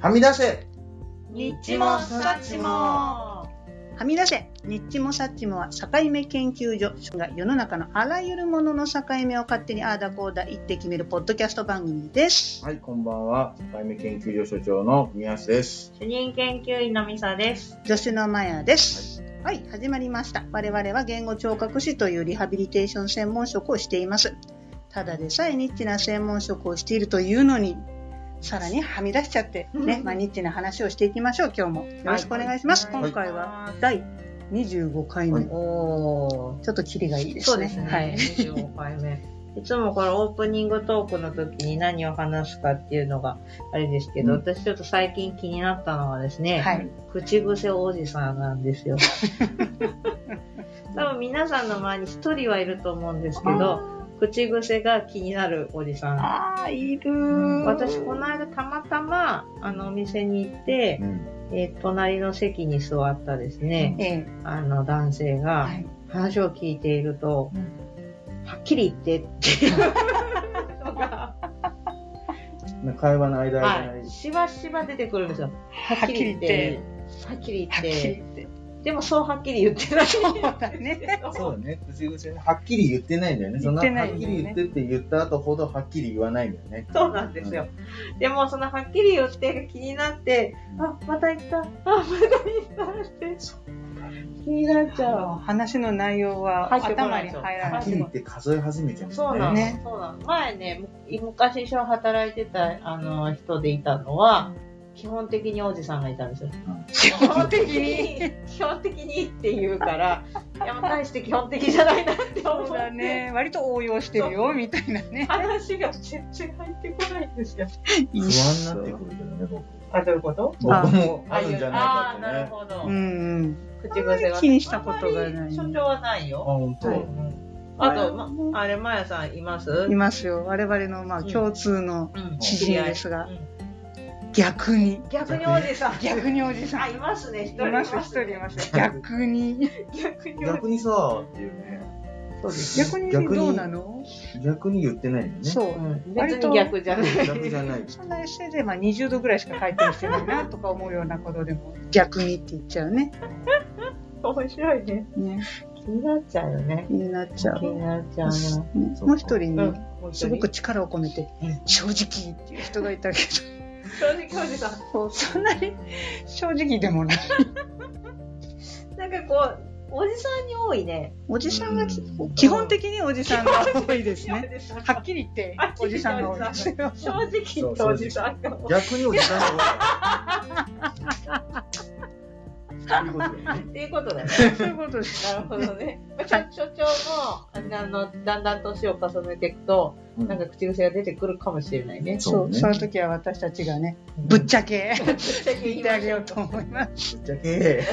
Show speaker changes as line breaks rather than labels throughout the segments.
はみ出せ
ニッチもサッチも
はみ出せニッチもサッチもは境目研究所が世の中のあらゆるものの境目を勝手にああだこうだ言って決めるポッドキャスト番組です。
はい、こんばんは。境目研究所所長の宮橋です。
主任研究員のミサです。
助手のマヤです。はい、始まりました。我々は言語聴覚士というリハビリテーション専門職をしています。ただでさえニッチな専門職をしているというのに、さらにはみ出しちゃって、ね、まあ、ニッチな話をしていきましょう、今日も。よろしくお願いします。
はい
今回は第25回
は
目。
い
おー。
ちょっとキリがいいで
そ
すね。
うですね。
はい。
25回目。いつもこのオープニングトークの時に何を話すかっていうのがあれですけど、
うん
私ちょっと最近気になったのはですね、
はい。
口癖おじさんなんですよ。 多分皆さんの前に一人はいると思うんですけど、口癖が気になるおじさん。
あー、いる
ん
私この間たまたまあのお店に行って、
ん。
えー隣の席に座ったですね、
ええ
あの男性が
はい
話を聞いていると、
う
はっきり言ってっていうのが、
会話の間合いがな
はいい、しばしば出てくるんですよ。は
っきり言って、
はっきり言
は
っ
っきり
て、
言って。
でもそうはっきり言ってない。
そうだ ね。
そうだね。口癖ね。はっきり言ってないんだよね。そんな
言ってな
はいっ
ん
き
だよね
り言ってって言った後ほどはっきり言わないんだよね。
そうなんですよ。でもそのはっきり言ってが気になって、あ、また行った、あ、また行ったって、気になっちゃう。
話の内容は
入ってこな
頭
い
に
でし
入
ょ
ら
は
な
っ
い
き。り言って数え始めちゃう、
そうなの、
ね
そうなの。前ね、む昔一緒に働いてたあの人でいたのは、基本的におじさんがいたんですよ。
基
基本的に、基本的にって言うから、いや、まあ大して基本的じゃないなって思
そ
って、
うだね。割と応用してるよ、みたいなね。
話が全然入ってこないんですよ。
不安になってくるけどね、僕。
あ、どういうこと
あ
僕もあるんじゃない
あ
か
あ、
っ
な
て
る
ね。
ほど。
うん
口癖が。
気にしたこと
あ
がない
んまり所長はない
あ、
よ。
本当。
はい
あと、ま、あれ、まやさんいます
うん。いますよ。我々の、まあ、
うん
共通の
うん
知人ですが
知り合いうん
逆に。
逆におじさん。
逆におじさ
あ、
ん。
い
い
ますね、一人。
ます、一人います。逆に。
逆におじさん
逆にさ、っていうね。
そうです
逆にどうなの
逆に言ってないんだよね。
そう。
別に逆じゃない。
逆じゃない。
そんなにせいぜいまあ20度ぐらいしか回転してないなとか思うようなことでも逆にって言っちゃうね
面白いね。
ね
気になっちゃうよね。
気になっちゃう
気、になっちゃうね。
ねもう
う
一人
ん
ね、すごく
正
力を込めて
うん
「正直」っていう人がいたけ
直おじさん。
どそんなに正直でもない
なんかこう、おじさんに多いね。
おじさんがき
うん
基本的におじさんが多いですねはっきり言って
はっき
お
り言って
じさんが多いですよ
正直とおじさんが多い。
逆におじさんの 方が。そういうことだよね
っていうことだね。
そういうことです
なるほどね。まあちゃん所長も、あの、だんだん年を重ねていくと、
うん
なんか口癖が出てくるかもしれないね。
そ
そうう
そ
ね
の時は私たちがねぶっちゃけ言ってあげようと思います
ぶっちゃけ、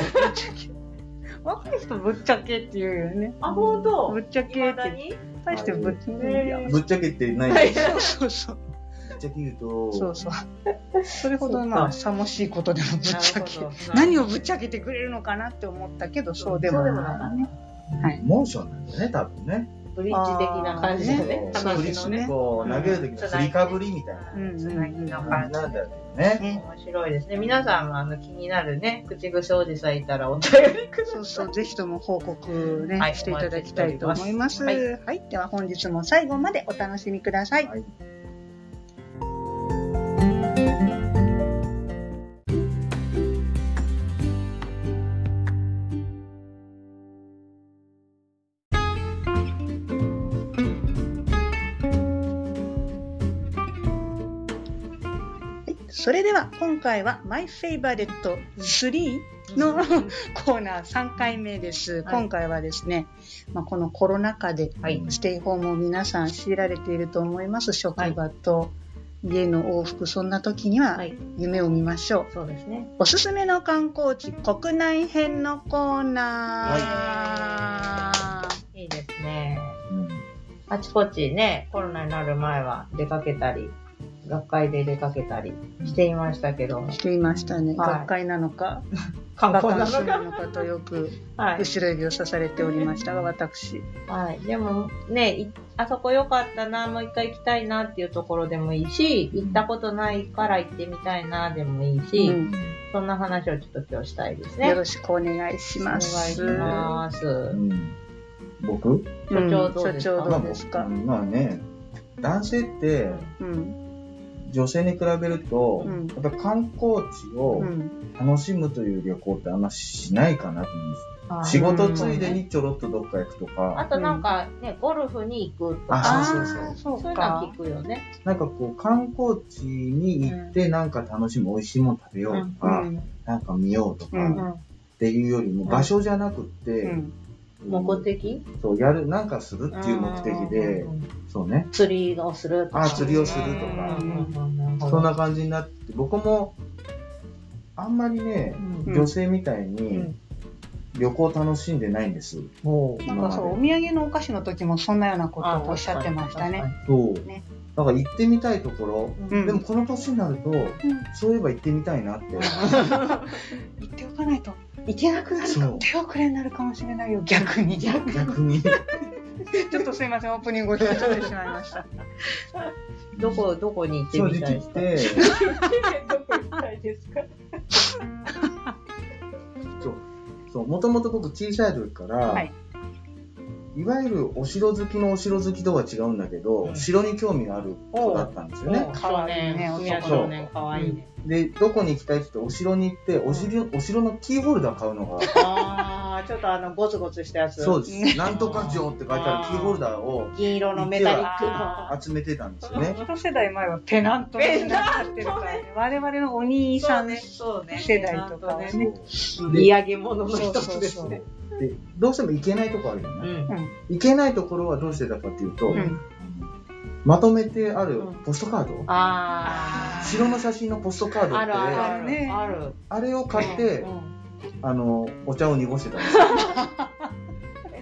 若い人ぶっちゃけって言うよね
あ、ほんと
ぶっちゃけっ
未だ
て
に
対してぶっちゃけいや
ぶっちゃけってない。
はい
そうそうそう。
ぶっちゃけ言うと、
そうそう。それほどまあ、さもしいことでもぶっちゃけ
なる。ほど
何をぶっちゃけてくれるのかなって思ったけど、そうでもない。ね。はい
モーションなんだよね、多分ね。
ブリッジ的な感じでね。
そ
そう
う
話
です
の
ね
ね。
こう、投げる時の振りかぶりみたい
うんうんうん
な
な感
感じ
じなんだよね。
ね
面白いですね。皆さんもあの気になるね、口癖おじさんいたらお便りください。
そうそう、ぜひとも報告ね、
はい
していただきたいと思います。
お
は
待ちし
い、では本日も最後までお楽しみください。
はい
はいそれでは今回は My Favorite 3のコーナー3回目です。
はい
今回はですね、まあ、このコロナ禍で
はい。
ステイホームを皆さん強いられていると思います。職場と家の往復、そんな時には
はい。
夢を見ましょう。
そうですね。
おすすめの観光地国内編のコーナー。
いいですね。
うん
あちこちね、コロナになる前は出かけたり学会で出かけたりしていましたけども
し、ていましたね。
はい
学会なのか、
観
学
光な
会
のか
なのかとよく
はい。
後ろ指を刺されておりましたが、私。
はい。でもね、いあそこ良かったな、もう一回行きたいなっていうところでもいいし、行ったことないから行ってみたいなでもいいし、
うん
そんな話をちょっと今日したいですね。
よろしくお願いし
お願
ま
いし
す。
ます。
うん、僕
うん
所長どうですか
所長どうです
まあ
か。
僕まあね、男性って
うん。
女性に比べると、
うん
やっぱ観光地を
うん。
楽しむという旅行ってあんましないかなと思うんです
はい
仕事ついでにちょろっとどっか行くと
あ
か、
となんかね、ゴルフに行くと
あ
か、
そうそうそう
あーそ
そういううのは
か
聞。くよね。
なんかこう観光地に行ってなんか楽しむ、美味しいもの食べようとか、
うん
なんか見ようと
う
う
か
ん
っていうよりも
うん
場所じゃなくって、
うん。
目的
そうやる、なんかするっていう目的で
う、ん
そうね、
釣りをするとか。
あ釣りをすると
か
か
そんな感じになって、僕もあんまりね、
うん
女性みたいうに
ん
旅行楽しんでないんです。
なんかそう、お土産のお菓子の時もそんなようなことをおっしゃってましたね。。
そう。
ね
なんか行ってみたいところ、
うん
うん
でもこの年になると、そういえば行ってみたいなって。
行っておかないと
行けなくなる。
そう。
手遅れになるかもしれないよ、逆に。 ち
逆に。
ょっとすいません、オープニングを引き取ってしまいました。
どこ、どこに行って
正直
みたい
言
で
っ
すか
て、
どこ行きたいですか
そう、もともと僕小さい時から、
はい
い、わゆるお城好きのお城好きとは違うんだけど、
うん
城に興味がある子だったんですよね。
少年、
そうね
宮少年、かわいいね。
で、どこに行きたいって言って、お城に行って、お城、お城のキーホルダー買うのが、
ああ、ちょっとあの、ゴツゴツしたやつ。
そう
す。
です。なんとか城って書いてあるキーホルダーを
銀色のメタリックの。
あ
集めてたんですよね。
一世代前はペナント
ペナ
ントってるからね。我々のお兄さん
そうね
世代とかはね
そう
売り
で
上げ物の一つですね。
でどうしても行けないとこあるよ
う
ね。
ん
行けないところはどうしてたかっていうと、
う
あの
ん。
まとめてある
うん
ポストカード、
あ
城の写真のポストカー
あ。
ドっ
あるある
て、
ある。
ね
ある。
あれを買って、
うん
あの、お茶を濁してたんですよ。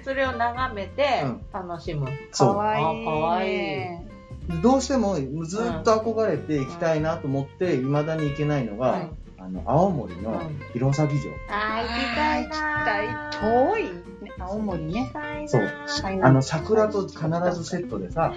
それを眺めて
うん
楽しむ。
か
そう
わい
あ
い。
かわいい
で。どうしてもずっと憧れて行きたいなと思って、未だに行けないのが、
はい
あの、青森
う
の
ん
弘前城。
あー
行きたい
なー
遠い、ね、青森ね。
行き
そ
た
う
いなー
あ
あの、桜と必ずセットでさ、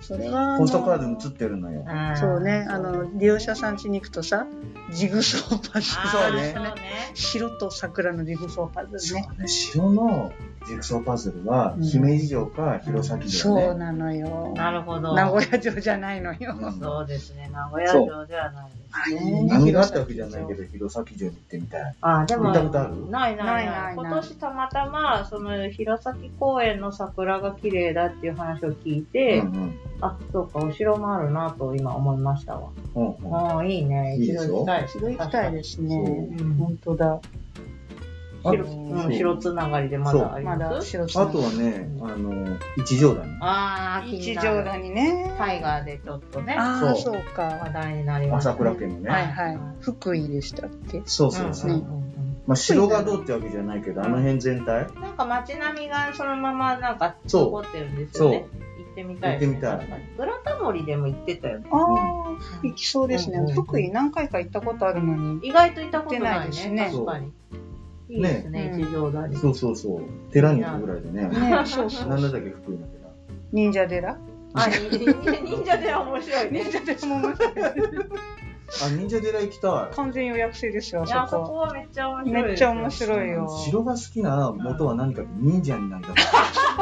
それは
ポストカードに写ってるのよ。
あー
そうね、あの、利用者さん家に行くとさ、ジグソーパズ
あー
そう
ル
ね
そうね。
白と桜のジグソーパズル
そう
ね。
ね、城のジグソーパズルは
う、ん
姫路城か弘前城
そう
ね。
なのよ。
なるほど。
名古屋城じゃないのよ。
うん
そうですね。名古屋城ではないですね。
ね
何があったわけじゃないけど、弘前城に行ってみたい。
あーで
行
も
っ、たことある
ないないない
ないないない
今年たまたまその弘前公園の桜が綺麗だっていう話を聞いて、
うんうん
あそうかお城もあるなと今思いましたわ、
うんうん
ああいいね
いい
一
でしょ
度行きたい
一度行きたいです
そう
ね。
うん
本当だ。
あ
白
と
うん、白つながりでまだあり
ま
ます
だ白
あとはね、あの、一条だね。
ああ
一
一
条
条
だ
だ
にね。
タイガーでちょっとね
ああ、
そ
そうか。
話題になりました
朝倉家のね。
はいはい。福井でしたっけ
そうそうそう。
うん
まあ、城がどうってわけじゃないけど、あの辺全体、
なんか街並みがそのままなんか
そう
残ってるんですよね行ってみたいです、
行って
ね、
みたい
確かにブラタモリでも行ってたよね
ああ、行きそうです
うんうん
ね
う。ん
福井何回か行ったことあるのに。
意外といたことない
行ってな
ね。
いですね
確かに。いいですね、
ね
一条谷。
そうそうそう。寺に行くぐらいでね。
ね、 そうそう。
なんだったっけ、福井の寺。
忍者寺
あ、忍者 忍者では面白 いね。
忍者寺も面白い
あ、忍者寺行きたい。
完全予約制ですよ、あ
いや、
そ
そこ
こ。
はめっちゃ面白い。
めっちゃ面白いよ。
城が好きな元は何かって忍者になり たか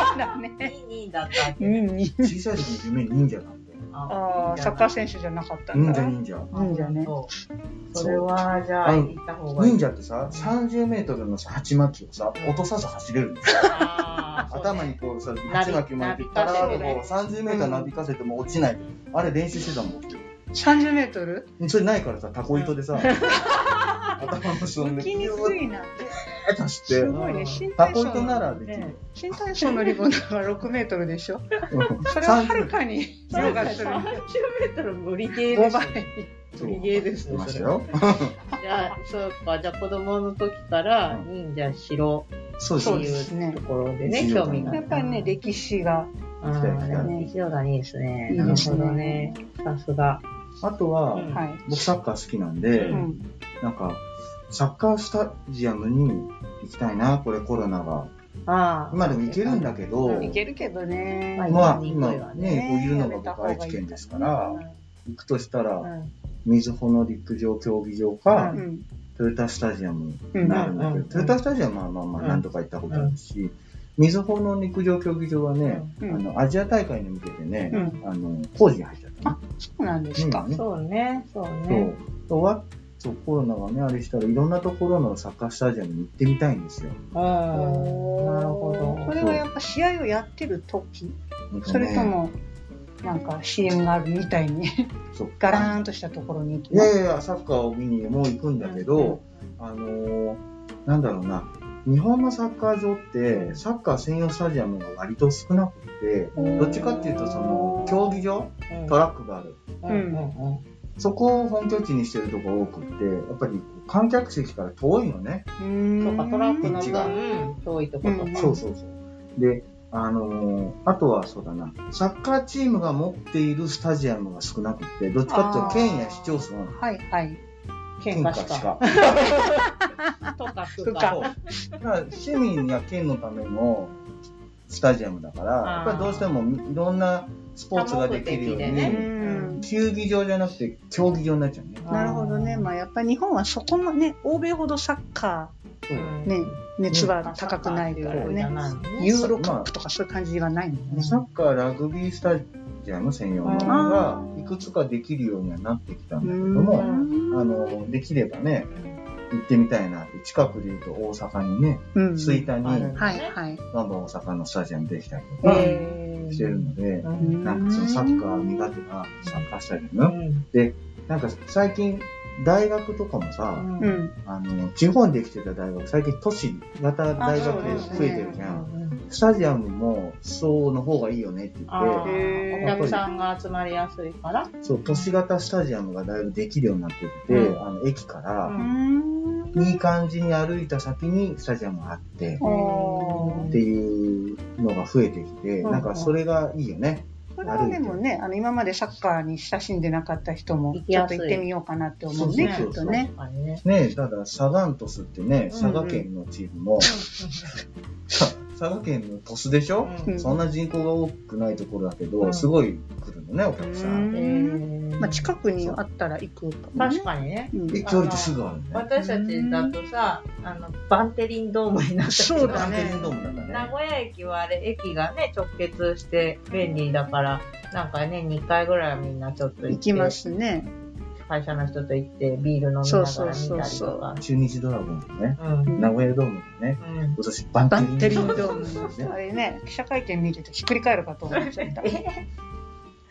っ
そうだね。
い。いいだったっけ。
うん、忍
た。小さい時の夢忍者なんで。
ああ、サッカー選手じゃなかったん
忍
だ
者。忍者。
手忍者ね
そうそれは、じゃあ、行った方がいい。
忍者ってさ、30メートルのさ、鉢巻きをさ、落とさず走れるんですよ。
あー
頭に。こうさ、鉢巻き巻いて、た
なび
らー
なびかせてね
とこう、30メートルなびかせても落ちない。あれ練習してたもん。
30メートル
それないからさ、タコ糸で さ、頭の後ろ
向
で、
きに
ー
くいな。
って走っ
す
て、
ごいね。新
タ
体
コ
操
糸な
の
らできる。
新体操のリボンは6メートルでし
う
ょ
ん
それははるかに
そう
広
だ
が
ね
って
30
る。
メートル無理ゲーで
5
す
倍。。
そう
無理ゲーです
い
ね
まし
そ
た
れ
よ。
じゃあ、そうか、じゃあ子供の時から忍者しろ
そう
って
そう。
い
で
う
すね
ところでね、
一条
興
谷
味があ
や
っ。
ったぱりね、歴史が。
ああ、でも一条谷いいですね。
いい
な
で
る
す
ほ
ね
どね。さすが。
あとは、
うん
はい。
僕サッカー好きなんで、
うん
なんか、サッカースタジアムに行きたいな、これコロナが。
ああ。
今でも行けるんだけど、
いけるけどね。
まあ
まあ
行
今
くよ
ね、こういうのが僕愛知県ですから、行くとしたら、水穂の陸上競技場か、
う
うん。
トヨタスタジアム
うん
になるんだけど、
うん
トヨタスタジアムはまあまあ
うん
何度か行ったことあるし、水穂の陸上競技場はね、
う
あ
ん。
の、アジア大会に向けてね
う、ん。
ん
あの、工事が入っちゃったね。
そうなんですか。
うん
そうね、そう
そ
ね
う。。終わっそうコロナがね、あれしたらいろんなところのサッカースタジアムに行ってみたいんですよ。
うん。なるほ
それはやっぱ試合をやってる時、
ほんね
それとも、なんか CM があるみた いに、
そう
ガラーンとしたところに行き
い
ま
や
す。
いやいや、サッカーを見にも行くんだけど、あのーなんだろうな、日本のサッカー場って、サッカー専用スタジアムが割と少なくて、
うん
どっちかっていうと、その、競技場、
ど。
トラックがある。
うんうん
そこを本拠地にしてるとこ多くって、やっぱり観客席から遠いのね。
うー
うんん。そうか、トラックの
道が
分、遠いとこと
ん
か。
そうそうそう。で、あのーあとはそうだな、サッカーチームが持っているスタジアムが少なくって、どっちかっていうと、県や市町村、
はいはい。
喧嘩しか。。とか、
そ
と
う
か。
だから市民や県のためのスタジアムだから、やっ
あー
ぱりどうしてもいろんなねスポーツができるよう
多目的で
に、
ね
うん
球技場じゃなくて競技場になっちゃうね。
なるほどね。まあやっぱ日本はそこもね、欧米ほどサッカ
そう
ーね、熱は高くないからね。ユーロカップとかそういう感じはないのね。
サッカー、ラグビースタジアム専用のものがいくつかできるようにはなってきたんだけど
う
も、
ん
あの、できればね、行ってみたいなって、近くで言うと大阪にね、
うん
吹田に、
あ
バン
る
はいはい。
バン大阪のスタジアムできたりとか
え
してるので、
うん
なんかそのサッカー苦手なサッカースタジアムなんか最近、大学とかもさ、
う
う
ん。
ん。
あの、地方にできてた大学、最近都市型大学
あそうですね
増えてるじゃん。スタジアムも、そうの方がいいよねって
ああ、
言
お
って、
へー
客さんが集まりやすいから。
そう、都市型スタジアムがだいぶできるようになってきて、
う
あの、駅から、
うん
いい感じに歩いた先にスタジアムがあって、
おー
っていうのが増えてきて、
うん
なんかそれがいいよね。
これはでもね、あの今までサッカーに親しんでなかった人も
行、き
ちょっ
や
と
すい
行ってみようかなって思う
そう
ね、き
そう
っ
そ
と
う
ね。
あれね。
ねえ、ただ、サガントスってね、佐賀県のチームも、 佐賀県の鳥栖でしょ、
うん
そんな人口が多くないところだけど、
うん
すごい来るのね、お客さん。
まあ、近くにあったら行くかもね
確。かにね。
うん
で、距離ってすぐあるね。
私たちだとさ、あの、バンテリンドームになったけど
そうだね
バンテリンドームだから
名
ね。
古屋駅はあれ、駅がね、直結して便利だから、なんかね、2回ぐらいはみんなちょっと行
行
って、
きますね。
会社の人と行って、ビール飲みながら見たりとか。
中日ドラゴンズね、
うん
名古屋ドームでね、
うん
今年バ
バ
ン
ン
テ
テ
リ
リ
ン
ン
ド
ド
ーム
ー
ですね
ム。あ。れね、記者会見見ててひっくり返るかと思っちゃった。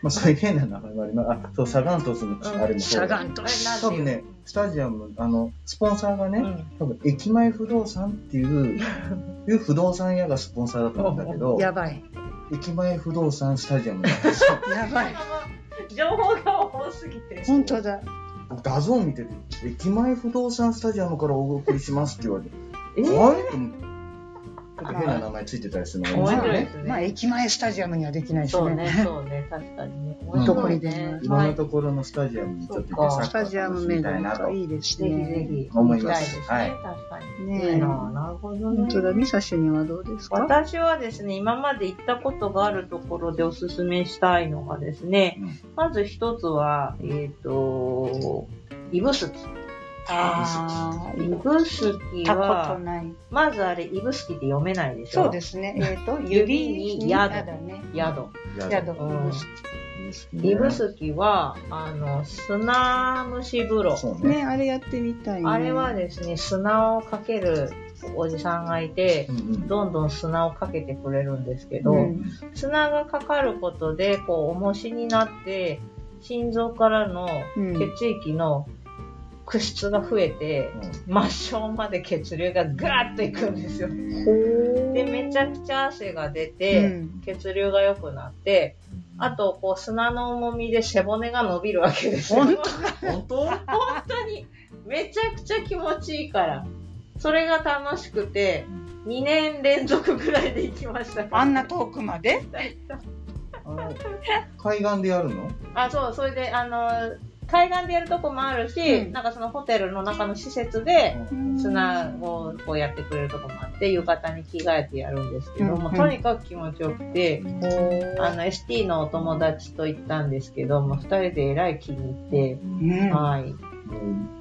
まあ、そういう変な名前もあります。あ、そう、サガン鳥栖のあれもそう
サ
だ
ガンと。
多分ね、スタジアム、あの、スポンサーがね、
うん
多分、駅前不動産っていう、いう不動産屋がスポンサーだったんだけど、
やばい。
駅前不動産スタジアムだったんですよ。
やばい。
情報が多すぎて。
本当だ。
画像見てて、駅前不動産スタジアムからお送りしますって言われて、
え
怖いと思って、ちょっと変な名前ついてたりするのが面白い
面白い
ね
で。すね。
まあ、駅前スタジアムにはできないし
そうね、
ね。
そうね、確かに
う
ね。
ん
どこにでも
いろんな
と
ところのスタジアムにちょっと
そ
行
う
っ
か
て
スタジアム巡
み
り
たいな
と
と
か。いいです
ぜひぜ
ね。
ひ、
思います
行きた
はいい
ですね、確かに。
ね
いい
え
なぁなるほどね。
本当だね、サシにはどうですか
私はですね、今まで行ったことがあるところでおすすめしたいのがですね、
うん
まず一つは、えっ、と、指宿。
ああ、行っ
指宿
たこと
は、
ない。
まずあれ、指宿って読めないでしょ
そうですね。えっ、と、
指に
指に
矢
矢
だ
だね。
宿。
矢だ。
うん
リ
指宿は、あの、砂蒸し風呂。
そうね。
ね、あれやってみたい、ね。
あれはですね、砂をかけるおじさんがいて
う、んうん
どんどん砂をかけてくれるんですけど、
う
うんん
砂がかかることで、こう、重しになって、心臓からの
うん
血液の苦質が増えて、末梢まで血流がガーッといくんですよ。で、めちゃくちゃ汗が出
う
て、
ん、
血流が良くなって、あと、こう、砂の重みで背骨が伸びるわけですよ。
本
本当
本当にめちゃくちゃ気持ちいいからそれが楽しくて2年連続ぐらいで行きました
あんな遠くまで
あの海岸でやるの
あそうそれであの海岸でやるとこもあるし、
うん
なんかそのホテルの中の施設で、砂をこうやってくれるとこもあって、浴衣に着替えてやるんですけども、
うんうん
とにかく気持ちよくて、あの、ST のお友達と行ったんですけども、二人でえらい気に入って、
うん
はい。
もう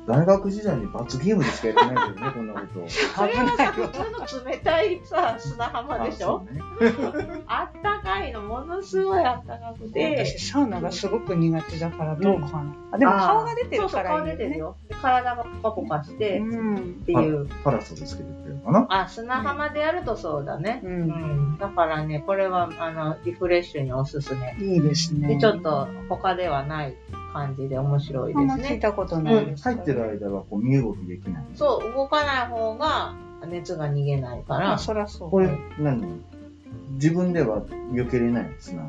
大学時代に罰ゲームでしかやってないけ どね、こんなこと。
それは
危な
さ、
い
普
わ
通の冷たいさ、砂浜でしょ
あそうね
あったかいの、ものすごいあったかくて
私。サウナがすごく苦手だからどうかな、あでも顔が出てるから
そうそう、顔出て
いい
る
よ
よ。で体がポカポカして、
ね
っ
うん
ていう。
パラソルつけてくれるのかな
あ、砂浜でやるとそうだね。
う
うんん。だからね、これは、あの、リフレッシュにおすすめ。
いいですね
で、ちょっと、他ではない感じで面白い
あん
で
ます聞い
ね。
たことないです、
入ってる間はこう身動きできない。
そう、動かない方が、熱が逃げないか
まあ
ら、
そりゃそう
これ何自分では避けれないんですな。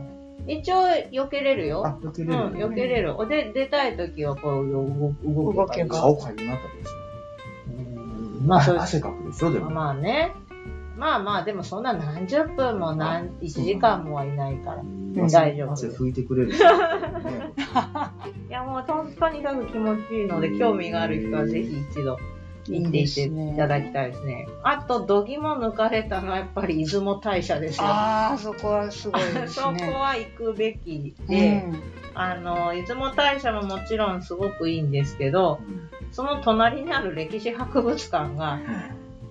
一応、避けれるよ。
あ、避け
う
れ
ん、
る、
避けれる。で、出たい時は、こう、動動けばいい
動けば
顔かゆくなったりし
うんまあ、そういう
汗かくでしょ、で
まあ
も。
まあね。まあまあ、でもそんな何十分も何、1時間もはいないから。い
うん
大丈夫
汗拭いてくれる、ね。
やもう、とんとにかく気持ちいいので、興味がある人はぜひ一度行っていっていただきたいですね。あと、度肝抜かれたのはやっぱり出雲大社ですよ。
ああそこはすごい です
そこ
ね
は行くべき
う
で、
ん
あの、出雲大社ももちろんすごくいいんですけど、その隣にある歴史博物館が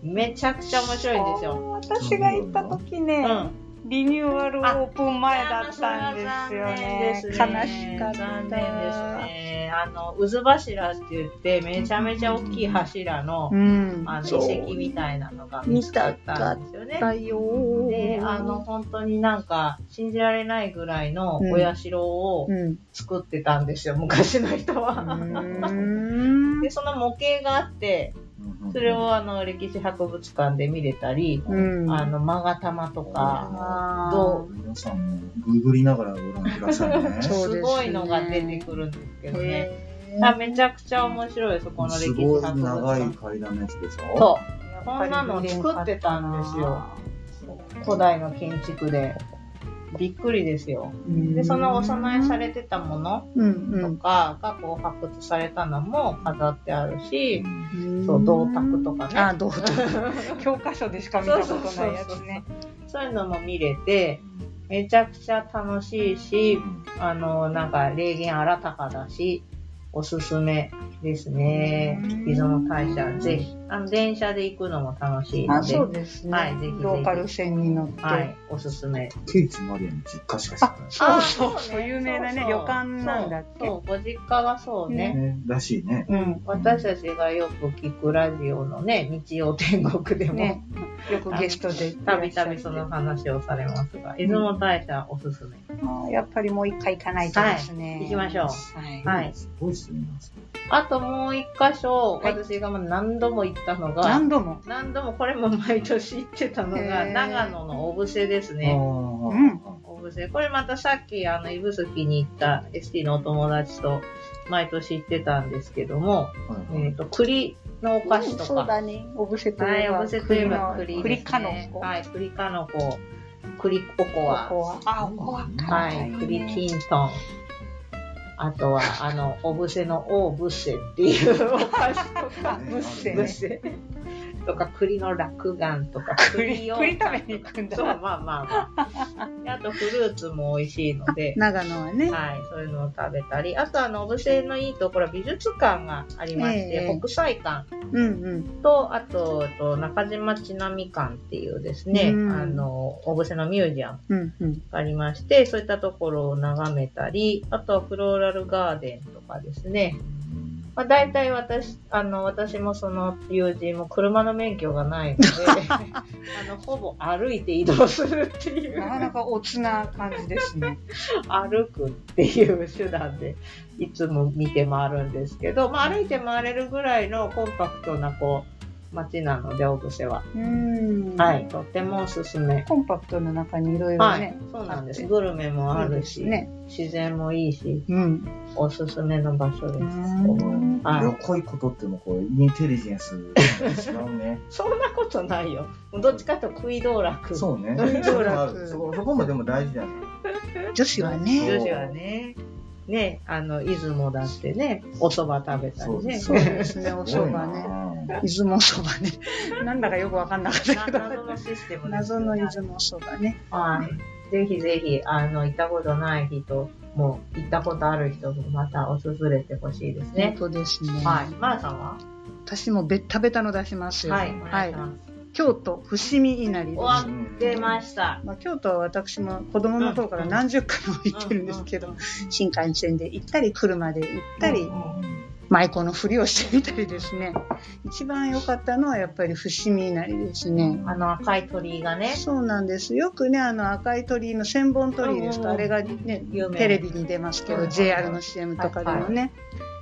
めちゃくちゃ面白いんですよ。
私が行った時
う
ね、
ん。
リニューアルオープン前だったんですよね。
そ
悲
れ
し
は
かった。
残念ですね。あの、渦柱って言って、めちゃめちゃ大きい柱の、
うん。
あの、
そう
遺跡みたいなのが見つかったんですよね。
だよ。
で、あの、、本当になんか、信じられないぐらいの
うん
お社を
うん。
作ってたんですよ、昔の人は。で、その模型があって、 それをあの、歴史博物館で見れたり、
うん。
あの、マガタマとか、
あー
ど
皆さんもグーグりながらご覧ください ね。
そうですね
すごいのが出てくるんですけどね。
へ
あめちゃくちゃ面白いです、この歴
す
史
ごい
博物
長い
館。
階段のやつでしょ
そう。こんなの作ってたんですよ。古代の建築で。びっくりですよ。
うん
で、そのお供えされてたもの
うん
とかがこう発掘されたのも飾ってあるし、
う
うん。
そう、銅鐸とか
ああ、
ね。
銅鐸。 教科書でしか見たことないやつね。
そういうのも見れて、めちゃくちゃ楽しいし、
ん
あの、なんか霊言新たかだし、おすすめですね。出雲大社、ぜひ。あの、電車で行くのも楽しいの
あ、
で
そ、うですね。
はいぜひぜひ
ローカル線に乗って。
はい、おすすめ。
ケイチマリアの実家しか知らない。
そう
あ
そう、
ー
そう有名なね、
そう
旅
そう
館なんだっけ。
そう、ご実家がそうね。
ね、らしいね。
うん、私たちがよく聞くラジオのね、日曜天国でも、
ね、よくゲストで。
たびたびその。話をされますが、出雲大社おすすめ。
やっぱりもう一回行かないとですね。
行きましょう。
はい。
はい
すごいっすね。
あともう一箇所、
はい
私がもう何度も行ったのが、
何度も。
何度もこれも毎年行ってたのが
へー
長野の小布施です
あ
ね。
ー
うん
小布施。これまたさっきあの指宿に行った ST のお友達と毎年行ってたんですけども、
はいはい
えっ、と、栗のお菓子と
そう
か。
だね。おぶせとい
はい、
えば。
小布施といえば栗です、ね。
栗かの子。
はい、栗かの子。栗おこ
こ
わ。
こは。あ、ここは。
はい、栗きんとん。あとは、あの、おぶせの大ぶせっていうお菓子とか。
ブッセ
ブッ
ね
セとか栗の落眼とか
栗、
を
栗食べに行くん
そう
だ。
まあまあまあであとフルーツも美味しいので
長野はね。
はいそういうのを食べたりあとあの小布施のいいところは美術館がありまして、
ええ
北斎館
うんうん。
とあとえっと中島ちなみ館っていうですね、
うん
あの小布施のミュージアム
うんうん。
がありましてそういったところを眺めたりあとはフローラルガーデンとかですねまあ、大体私、あの、私もその友人も車の免許がないの で、あの、ほぼ歩いて移動するってい
な
う、
かなかおつな感じですね。
歩くっていう手段で、いつも見て回るんですけど、まあ、歩いて回れるぐらいのコンパクトな、こう、街なので、大伏は。
うん。
はい、。とってもおすすめ。
コンパクトの中にいろいろ
は
ね
い。、そうなんで
あ
す。
って
グルメもあ
そう
る
で
し、
すね。
自然もいいし、
うん。
おすすめの場所
う
です。
ん
はい
旅行行くことってもこうインテリジェンスが違うね
そんなことないよ。どっちかというと食い道楽。
そうね
道楽
そこもあるそこそこもでも大事だね
女子はね。
女子はね。ね、あの、出雲だってね、お蕎麦食べたりね。
そうですね、お
すご
蕎
いな
麦ね。出雲そばね。なんだかよくわかんなかった
な
けど。
謎のシステムですよ
謎
ね
の出雲そばね。
はい。ぜひぜひ、あの、行ったことない人も、行ったことある人もまた訪れてほしいです
本
ね。
当ですね。
はい。マラさんは
私もベッタベタの出しますよ。
はい。お願いします
京都伏見稲荷です。
お
ま
わ出ました。
あ、京都は私も子供の頃から何十回も行ってるんですけ
う
ど
ん、
新幹線で行ったり、車で行ったり、
うん
舞妓のふりをしてみたりですね。一番良かったのはやっぱり伏見稲荷ですね。
あの赤い鳥居がね、
そうなんです。よくね、あの赤い鳥居の千本鳥居です
うんう
か。
ん
あれがね、
有名。
テレビに出ますけ
うんう
ど、
ん
JR の CM とかでもね、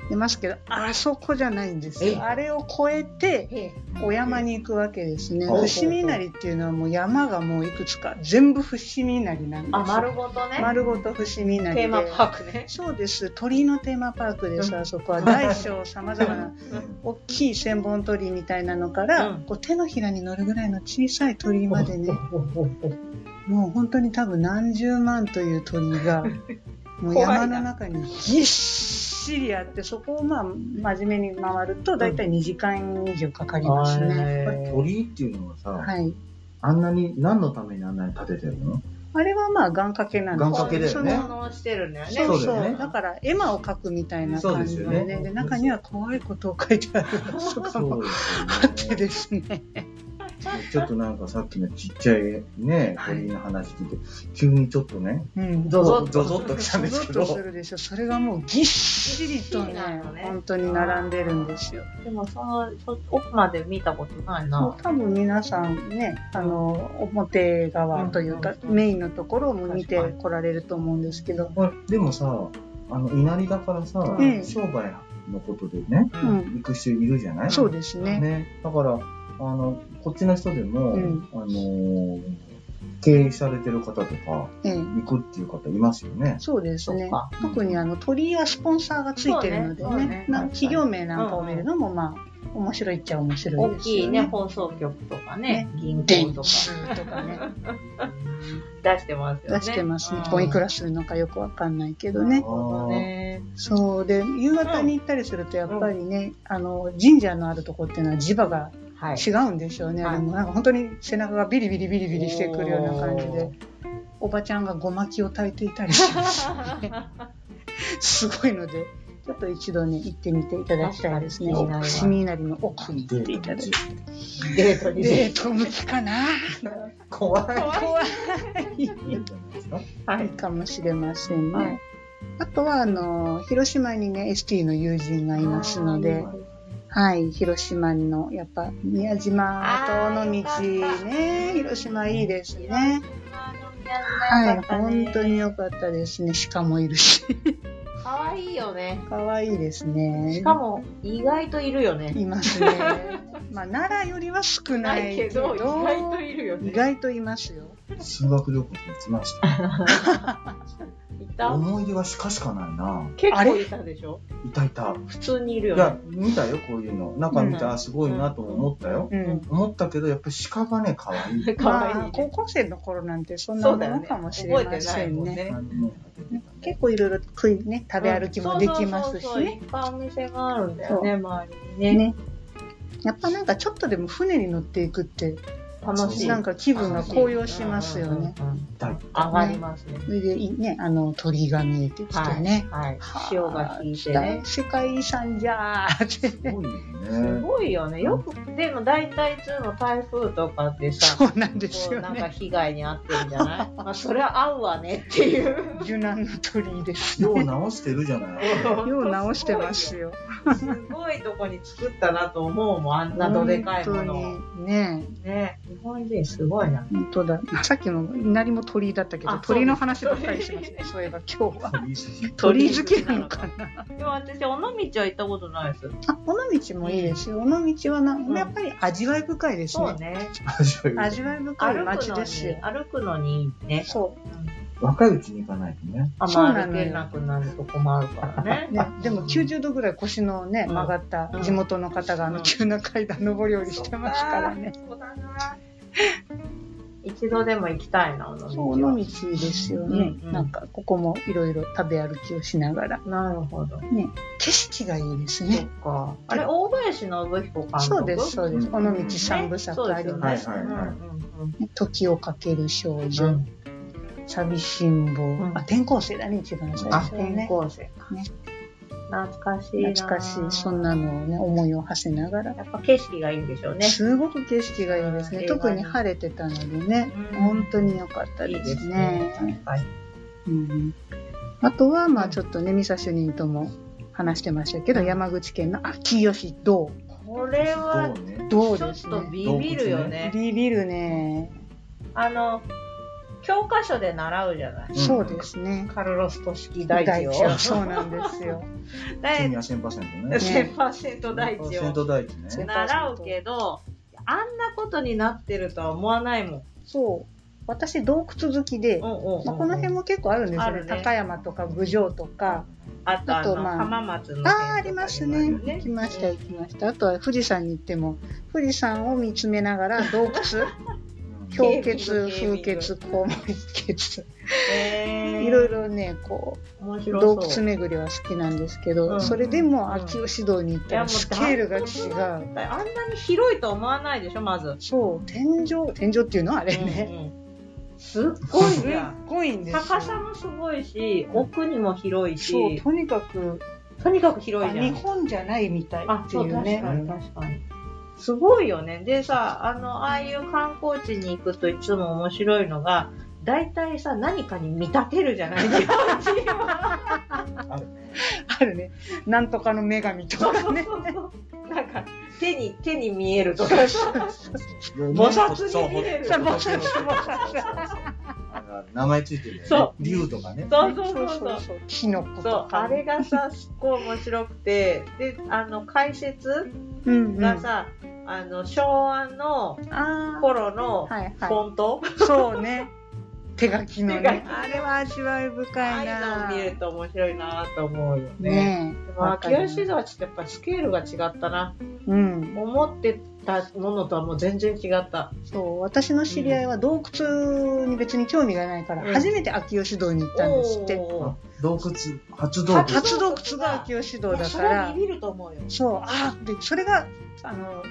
出ますけど、あそこじゃないんです
え
よ。あれを越えて、
え
お山に行くわけです
ほ
ね。
うほうほう
伏見稲荷っていうのはもう山がもういくつか全部伏見稲荷なんですよ。
あ、丸ごとね。
丸ごと伏見稲荷で。
テーマパークね。
そうです。鳥居のテーマパークです。
うん
あそこは大小様 々な大きい千本鳥居みたいなのから、
うん
こう手のひらに乗るぐらいの小さい鳥居までね、もう本当に多分何十万という鳥居 が、もう山の中にぎっしりあって、そこをまあ真面目に回ると大体2時間以上かかりますね。
やっぱり
居。
鳥居っていうのはさ、
はい。
あんなに何のためにあんなに建ててるの
あれはまあ願掛けなんで
願
す
掛けだよね
奉納してるんだよね。
そのそう
そうだ
そ
よ
う。
ね
だから絵馬を描くみたいな感じの
そうですよ
ね。
ね
で、中には怖いことを書いてあるとかも
そう
あっ
です
て
よね。
ですね。
ちょっとなんかさっきのちっちゃいね、鳥居の話聞いて、急にちょっとね、
うん。
ゾゾッ
ゾ
と
ゾッと来たんですけど
ゾ ゾッとす、るでしょ。それがもうぎっしりと
ぎっしり
ね
なのね、
本当に並んでるんですよ。
でもそのそ奥まで見たことない
も
な。
う多分皆さんね、あの、表側というか、
うん
メインのところを見て
確か
来られると思うんですけど、
まあでもさ、あの、稲荷だからさ、
うん
商売のことでね、
う
う。ん。
行く人いるじゃない
そうですね。
だから、あの、こっちの人でも、
うん
あのー経営されてる方とか、
ええ
行くっていう方いますよね。
そうです
そっ
ね
か。
特にあの鳥居はスポンサーがついてるので
そうね
ね、
そうね
な企業名なんかを見るのもまあ面白いっちゃ面白い
大
です
きい
よ
ね、
ね。
放送局とかね、銀行
電
とか
通とかね、
出してますよね。
出してますね
うん。
こういくらするのかよくわかんないけどね
なる。ほどね。
そうで、夕方に行ったりするとやっぱりね、あの神社のあるとこっていうのは磁場が
はい。
違うんでしょうね。
はい
でもなんか本当に背中がビリビリビリビリしてくるような感じ
お
で
ー。。
おばちゃんがごまきを炊いていたり しますねすごいので、ちょっと一度ね、行ってみていただきたいですね。
確かに
伏見稲荷の奥に行っていただいて。
デートに
デート向きかな
怖い。
怖
い
い
いんじゃないですか。
はい。
かもしれませんね。
はい
あとは、あの、広島にね、ST の友人がいますので、はい、広島の、やっぱ、宮島島の道ね、広島いいですね。はい、本当に。良かったですね。鹿もい るし。
可愛いよね。
可愛いですね。
しかも、意外といるよね。
いますね。まあ、奈良よりは少ないけど、
意外といるよね
意。外といますよ。
修学旅行に行きました。
い た
思い出はしかしかないな。
結
あ
構
れ
いたでしょ
いたいた。
普通にいる
い
よね
や。、見たよ、こういうの。中見
う
た、
ん
あすごいなとも思ったよ。
うん。
思ったけど、やっぱり鹿がね、可愛い。
可愛い
まあ、
ね。
高校生の頃なんてそんな
そう
も
だよ
の
ね。
かもし
覚え
れま
てな
せ
い
ん
もん
ね。
ね。
あのね当ててたね
結構いろいろ食いね、食べ歩きもできますし
そうそうそうそうい
ね。
っぱいお店があるんだよね、周りにね。
ね。やっぱなんかちょっとでも船に乗っていくって、
楽しい。
なんか気分が高揚しますよね。
うんうんうん。
いたい
上がりますね。
それでいいね、あの鳥が見えてきてね。
はい。塩が効いてね。
世界遺産じゃーっ
す
て。
ごいよ
す
ね。
ごいよね。よく、でも大体いつも台風とかってさ、
そうなん です
こう
よ
なんか
ね。
被害に遭ってるんじゃ ないまあそれは合うわねっていう。
柔軟な鳥ですね。
よう直してるじゃない。
よう直してますよ。
すごいとこに作ったなと思うもん、あんなどでかいもの。
本当にね
ね日本人すごいな。
本当だ。さっきの稲荷も鳥だったけ
あ
ど、鳥の話ばっかりしますね。そういえば今日は。
鳥居筋
鳥好きなのかな。
でも私、尾道は行ったことないです。
あ、尾道もいいですよ。尾道はな、
ん
やっぱり味わい深いです
そう
ね。
ね。
味わいが
味わい深い
歩く
街
の
です
に
よ、。
歩くのにいいね。
そう。
若いうちに行かないとね。
あん
そう
ま
な
歩
の
け
よ
なくなるとこもあるからね。
ね、でも90度ぐらい腰のね、
うん
曲がった
うん
地元の方があの急な階段上り下りしてますからね。
そうだな。一度でも行きたいな、尾道は
そう、尾道ですよね。
うんうん
なんか、ここもいろいろ食べ歩きをしながら。
なるほど。
ね、景色がいいです
そっ
ね。
か。あれ、大林信彦監督
そうです、そうです。
うん
尾道三部作あり
は
ま
い
す。
はいはい
時をかける少女、
うん
寂しんぼ、
ん
あ、転校生だね、一番最
あ、
初は
転
ね。
校生か。
ね
懐かしいな。
懐かしい、そんなのをね、思いを馳せながら。
やっぱ景色がいいんでしょうね。
すごく景色がいいです
う
ね。
ん
特に晴れてたのでね、
うん
本当に良かった
いい
で
ですす
ね
ね。。はい。
うんあとは、まあちょっとね、ミサ主任とも話してましたけど、山口県の秋吉道。
これは、
そうね。
道
ちょ
で
っ
す
と
ね。
ビビるよね。
ビビるね。
あの、教科書で習うじゃない。
ん
そうですね。
カルロス・トシキ大地を。
そうなんですよ。
君
大
は1000%ね。
1000%大地を
1000%大地ね。
習うけど、あんなことになってるとは思わないもん。
そう。私、洞窟好きで、
うんうんうん
まあ、この辺も結構あるんですよ
あ
ね。
るね
高山とか郡上とか。
あとあ
あと
の、
まあ
浜松の県
あ
と
あ、
か
あります
に
ね。
もあるよ
行きました、行きました。あとは富士山に行っても、富士山を見つめながら 洞窟、
今日
氷結、風結、肛門結、
えー
いろいろね、こ
面
う、
白そう
洞窟巡りは好きなんですけ
う
ど、
ん
それでも秋吉洞に行った
いやもう
らスケールが違
ダあ
う。
んなに広いと思わないでしょ、まず。
そう、天井、天井っていうのはあれね。
うんうんすっごい
すっ
じゃん。
ごいんですよ。
高さもすごいし、奥にも広い
そう、
し、
とにかく、
とにかく広いじゃん。
日本じゃないみたい
あ
っ、てい
そう、
う
確
ね。
かに、確かに。すごいよね。でさ、あの、ああいう観光地に行くといつも面白いのが、大体さ、何かに見立てるじゃないですか。
あるね。なんとかの女神と
そうそ
か
う
ね。
そうなんか、手に、手に見えるとかさ。
摩
摩擦に見える
そう
摩
そ
擦
うそうそうあの名前ついてるよね。。
そう
竜とかね。
そうそうそうそう。
そう。キノコと
そう
か。、
あれがさ、すっごい面白くて、で、あの、解説
うんうん。
がさ、あの、昭和の
あー
頃の
はい
フ
は
ォント、
い。そうね。手書きの
手書
ね
き。
あれは味わい深い
ああいうの
な
を見ると面白いなと思うよね。
ねえ。
でも、
わかる
秋吉沢ちょっとやっぱスケールが違ったな。
うん。
思ってたものとはもう全然違った。
そう。私の知り合いは洞窟に別に興味がないから、
うん
初めて秋吉洞に行ったんですって。
おー
洞窟、初洞窟。
初洞窟が秋吉
い
洞
や
だ
そ
か
れは
ら
ビ。ビると思うよ。
そう、あーで、それが、あの、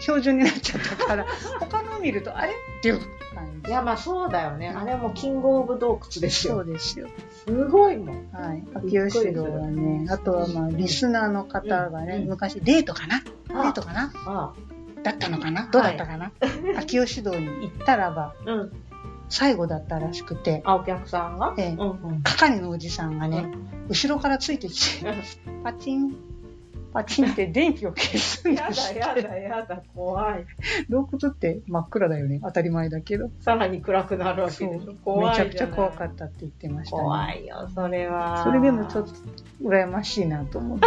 標準になっちゃった から、他のを見ると、あれっていう感
い
じ。
や、まあそうだよね。あれもキングオブ洞窟です
そ
よ。
うですよ。
すごいもん。
はい。秋吉堂はね、あとはまあ、リスナーの方がね、
うん
昔、デートかなデートかな
あ
だったのかなどうだったかな、 秋吉堂に行ったらば、
あうん。
最後だったらしくて、
あ、お客さんが、
ええ
うんうん。
係のおじさんがね、後ろからついてきて、パチン、パチンって電気を消すん
や
だし
だやだやだ、怖い。
洞窟って真っ暗だよね。当たり前だけど。
さらに暗くなるわけ
そう
でしょ。怖い
め
じ
ち
ゃ
ゃ
ない。
くちゃ怖かったって言ってましたね。
怖いよ、それは。
それでもち ょっと羨ましいなと思って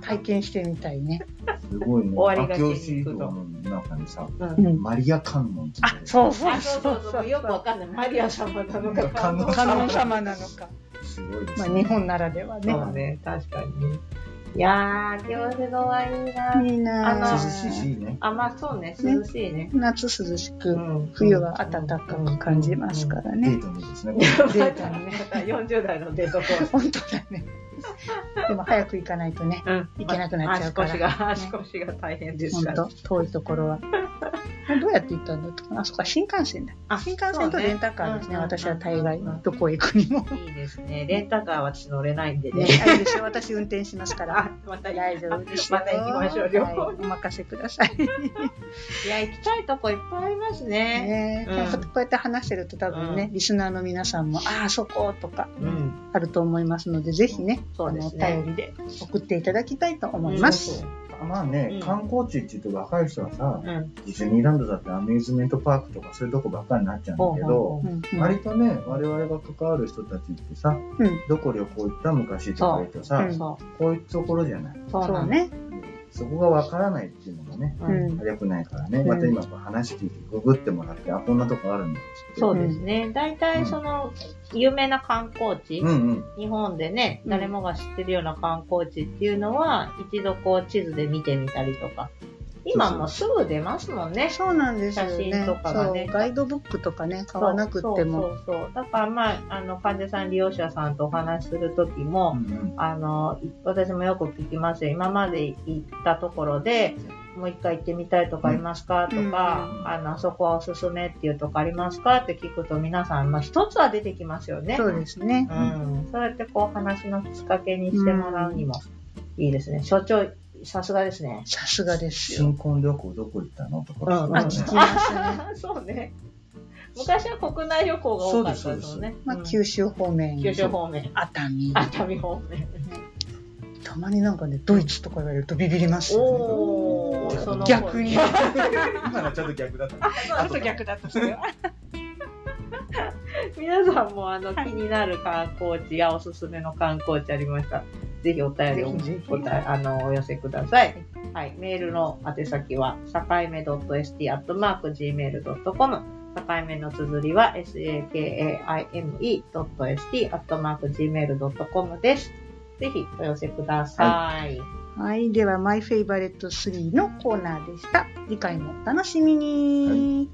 体験してみたいね。
すごいね。
終わりが
明星水道の中にさ、
うん。
うん
マリア観音っていうのがある
そう
あ、そうそうそう。よくわかんない。マリア様なのか、
観音
観音様なのか。
すごいです
まあ
ね。
日本ならではね。
そうね、確かにね。いやー、教室のはいいな。
いい
あの
な
涼しいしいいね。
あ、まあそうね、涼しいね。
夏涼しく、
ん
冬は暖かく感じますか。ら
デ
ね
ー。トにですね。
うん
デートにね。
40代のデートコース。
本当だ ね。でも早く行かないとね。
うん
行けなくなっちゃうから
足腰が、足腰が大変です
本
から。
当遠いと ころは。どうやって行ったんだとかな。あ、そっか、新幹線だ。
あ
新幹線とレンタカーですね。
そうね
私は大概どこへ行くにも。
いいですね。レンタカーは私乗れないんで
ね
ね。、
あれでしょ私運転しますから。
あ、また
大丈夫ですよ。
また行きましょう、旅行
はい。お任せください。
いや、行きたいとこいっぱいありますね。
ね
うん
やっぱこうやって話してると多分ね、
う
リスナーの皆さんも、ああ、そことか
うん。
あると思いますので、ぜひね、
そうです
あのお
ね。
便りで送っていただきたいと思います。
まあ
うん
ね、観光地って言うと若い人はさ、
うん。
ディズニーランドだってアミューズメントパークとかそういうとこばっかりになっちゃうんだけ
ほうほうほ
ど、
うんうん
割とね、我々が関わる人たちってさ、
うん
どこ旅行行った昔とか言うとさ、
うん
そ
こういうところじゃない。
う。そう
そ
な
うん
です。
ね。
そこがわからないっていうのがね、
う
うんん。
良くないからね。
うん
また今こう話聞いてググってもらって、あ、こんなとこあるんだって。
そうですね。大体その、有名な観光地、
うんうん。
日本でね、
うん
誰もが知ってるような観光地っていうのは、一度こう地図で見てみたりとか、今もうすぐ出ますもんね。
そうなんですよね。
写真とかがね
そうガイドブックとかね、買わなくっても。
そうそうそうそうだからまあ、あの、患者さん利用者さんとお話しするとき
う
も、
ん
あの、い私もよく聞きますよ。今まで行ったところで、もう一回行ってみたいとかありますかと
う
う
か、
ん
ん
あの、あそこはおすすめっていうとこありますかって聞くと皆さん、まあ一つは出てきますよね。
そうですね。
うん、そうやってこう話のきっかけにしてもらうにもいいですね。所長、さすがですね。
さすがですよ。
新婚旅行どこ行ったのとか聞
うん
く
あ、
よ
聞
ね
きますね。
そうね。昔は国内旅行が多かったですもんね。
まあ、
うん
九州方面。
九州方面、
熱海。
熱海方面。
たまになんかね、ドイツとか言われるとビビりますよね。
おー、その
逆に。
今のはちょっと逆だったね。
あと逆だったそれは皆さんもあの気
はい
になる観光地やおすすめの観光地ありましたらぜひお便りを
ぜひぜひ
おたあのお寄せください、はい、メールの宛先は境目 .st.gmail.com 境目の綴りは sakaime.st.gmail.com ですぜひお寄せください、
はい。では、マイフェイバレット3のコーナーでした。次回もお楽しみに。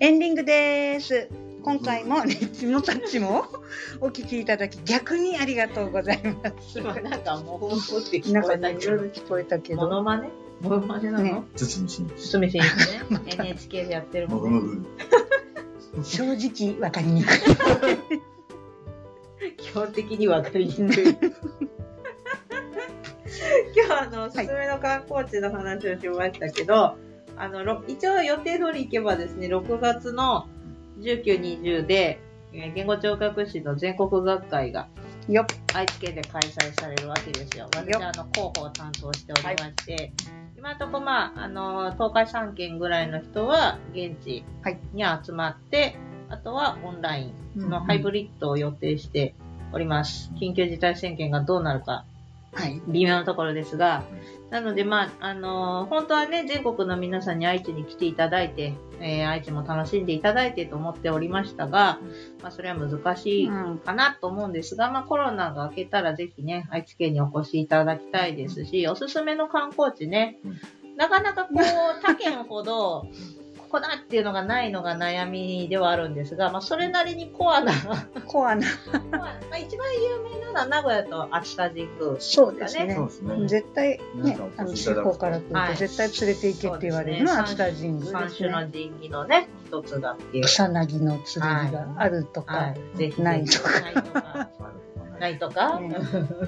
エンディングです。今回も、ね、 ちもたちもお聞きいただき、逆にありがとうございます。
今なんかもうふって聞
なん
こ
か
えた
ね、い
け
ろい
ど
ろ聞こえたけ
モ
ど。
ノマネモノマネなの、
ね
堤真一。
堤真一 ね NHK でやってる
も
も
ぐ
んね
もぐ。
正直わかりにくい。
基本的に分かりにくい 今日あのおすすめの観光地の話をしましたけど、あのろ一応予定通り行けばですね6月の19、20で、えー言語聴覚士の全国学会が
よっ。
愛知県で開催されるわけですよ。私
よ
はあの広報を担当しておりまして、今のところ、まあ、あの、東海3県ぐらいの人は現地
はい
に集まって、あとはオンライン
う
の
んうん
ハイブリッドを予定しております。緊急事態宣言がどうなるか
はい。
微妙なところですが、なので、まあ、あの本当はね、全国の皆さんに愛知に来ていただいて、えー愛知も楽しんでいただいてと思っておりましたが、まあ、それは難しい
うん
かなと思うんですが、まあ、コロナが明けたらぜひね、愛知県にお越しいただきたいですし、おすすめの観光地ね
うん、
なかなかこう、他県ほど、 ここだっていうのがないのが悩みではあるんですが、まあ、それなりにコアな、
コアな。
コアまあ、一番有名なのは名古屋と秋田神宮。
そうですね
そう。ですね。
絶対
なん
ね
かお、
あの、
越しいただ
地
くと
方から来る
はい
と絶対連れて行けって言われるのは
そう
秋
で
田
す
神宮
三
です
種の
ね。
神器のね、一つだっていう。
草薙の剣があると
は
か、
い。ぜひ。
ないと
か。ないとか。ないとか。
ね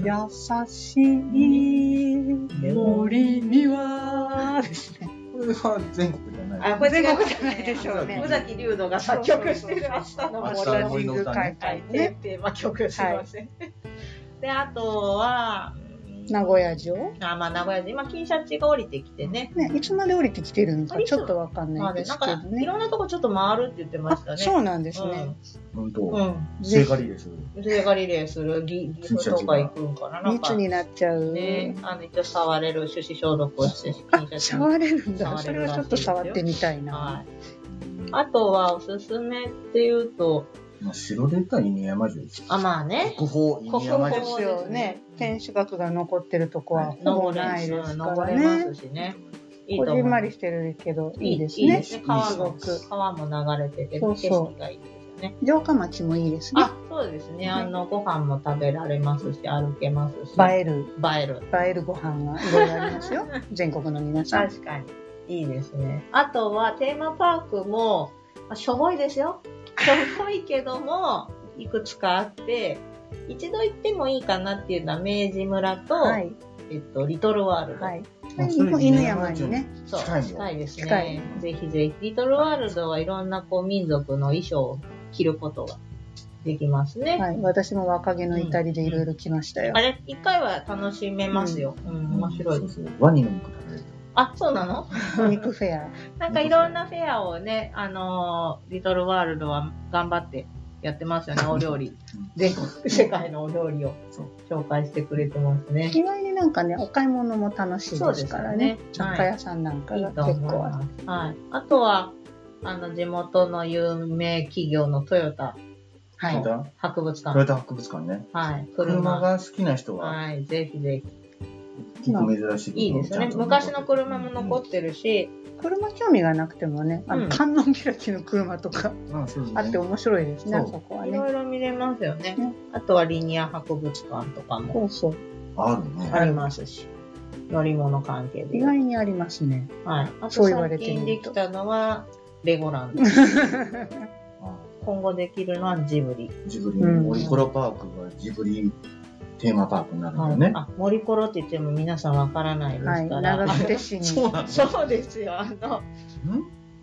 優しい森には、ですね。
これは全国じゃない。
あ、これ
全国じゃないでしょうね
宇崎竜道が作曲してる明日の
明
森
日
の
の森の歌ね
はい、
ね
テーマ曲すいません。で、あとは、
名古屋城
あまあ、名古屋で今、金シャチが降りてきてね。
ね、いつまで降りてきてるのかちょっとわかん
ま
な
あ
い
ね、
です
なん
けど
か、い
ね。
ろんなとこちょっと回るって言ってました
あ
ね。
そうなんですね。
本
う
当。
ん。
聖火リレーする。
うん。で、ガリレーする、ぎ岐阜とか行くんかな。なん
密
か、
になっちゃう。
ね、あの、一応触れる手指消毒をして、金シャチに
触れるんだ。
触
そ
れ
れ
る
は
らしい
ちょ
で
っ
すよ
と触ってみたいな。
はい。あとは、おすすめっていうと、
まあ城で言ったら犬山城です。
あ、まあね、
国宝犬山城
国
で
です
宝
す。
すよね。天守閣が残ってるとこはほぼ
登れ
ないですか
登
ら
れま
ね
す。しね。いい
ことじん
思
ま
う
り。してるけど、
い
い
い
い
で
ですす
ね。
ね。
川
い
も
いです
川も流れてて、
そう
景
そう
色がいいですよね。
城下町もいいですね
あ。、そうですね。あの、ご飯も食べられますし、歩けますし。
映える、
映える。
映えるご飯がいろいろありますよ。全国の皆さん。
確かに。いいですね。あとは、テーマパークも、まあしょぼいですよ。しょぼいけども、いくつかあって、一度行ってもいいかなっていうのは、明治村と、
はい。
えっと、リトルワールド。
はい。
あそれ
もう犬山にね。
そう、
近いよ
近いです
近
ね
い。
ぜひぜひ。リトルワールドはいろんなこう民族の衣装を着ることができますね。
はい。私も若気の至りでいろいろ来ましたよ
あ。れ、一回は楽しめますよ。うん、面白い
そう
です。
そうワニの肉食べれる。
あ、そうなの
肉フェア。
なんかいろんなフェアをね、あのーリトルワールドは頑張ってやってますよね、お料理。全国、世界のお料理を
そう
紹介してくれてますね。
意外にななんかね、お買い物も楽しい
そうで
で
すす
から
よ
ね
ね。
雑貨屋さんなんか
い
が
いと思
結
い
構ある。
ます。はい。あとは、あの、地元の有名企業のトヨタ
ま
はい。
た
博物
トヨ
館。
タ博物館ね。
はい。
車
車。
が好きな人は
はい。ぜひぜ
結構珍しい。
ひ。いいですね。昔の車も残ってるし、
車興味がなくてもね、あ
う
の
ん
観音開きの車とか
る。あ、そうです
あって
ね。
面白いですね、
そう
そこはいね。
ろいろ見れますよね
うん。
あとはリニア博物館とかも
そうそう。
あるね。
ありますし、乗り物関係で
意。外にありますね。
はい。あ
そう
と
言われ
最
てみる
近で
と
きたのは、レゴランド。
あ
今後できるのはジブリ。
ジブリの森コロパークがジブリテーマパークになるんだよね。
あ、森コロって言っても皆さんわからないです
はい。
から。
長久手市に。
そうなの
そうですよ。あの、
ん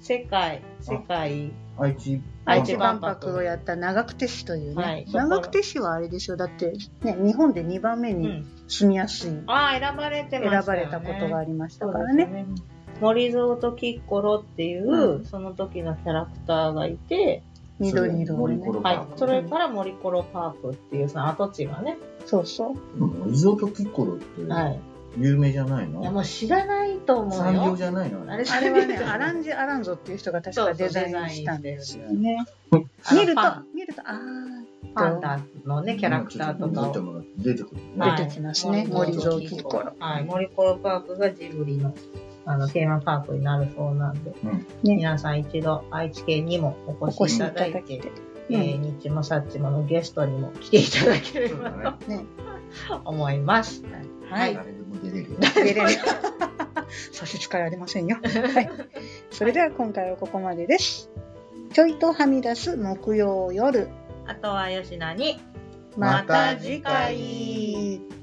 世界、世界、
愛知
愛
一
知
万博をやった長久手市というね、
はい
長久手市はあれですよだって、ね、日本で2番目
う
に
ん。
住みやすい、
ああ、選ばれてま
選
したよね。
ばれたことがありました
そう
か
で
ら
す
ね
ね。森蔵とキッコロっていう、
うん
その時のキャラクターがいて、
緑色の
森コ
ね
ロパ
はい
ー、ク。
それから森コロパークっていうその跡地がね、
そうそう
リゾートキッコロって
はい。
有名じゃない
いや、
の
もう知らないと思う
産業
よ。
じゃないの
あれ、
あ れはね
知らな
ア
い
ランジ・アランゾっていう人が確
そうそ
か
う
デザインしたんですよね
あの
見ると
パン
見るとあ
パンダのね、キャラクターとかを。
を。出てくる
ー
はい
出てきますね、森蔵キッコロ、
はい、森コロパークがジブリのあのテーマパークになるそうなんで、
うん
皆さん一度愛知県にもお
お
越
越
しい
しい
た
た
だ
だ
い
い
て、
て、
えーニッチもサッチものゲストにも来ていただければと
ね
思います。
は
はい
い
誰でも出れるよ。
出れる 差し支えありませ んよ。はい。それでは今回はここまでです。ちょいとはみ出す木曜夜。
あとは吉野に
ま
た次
また次回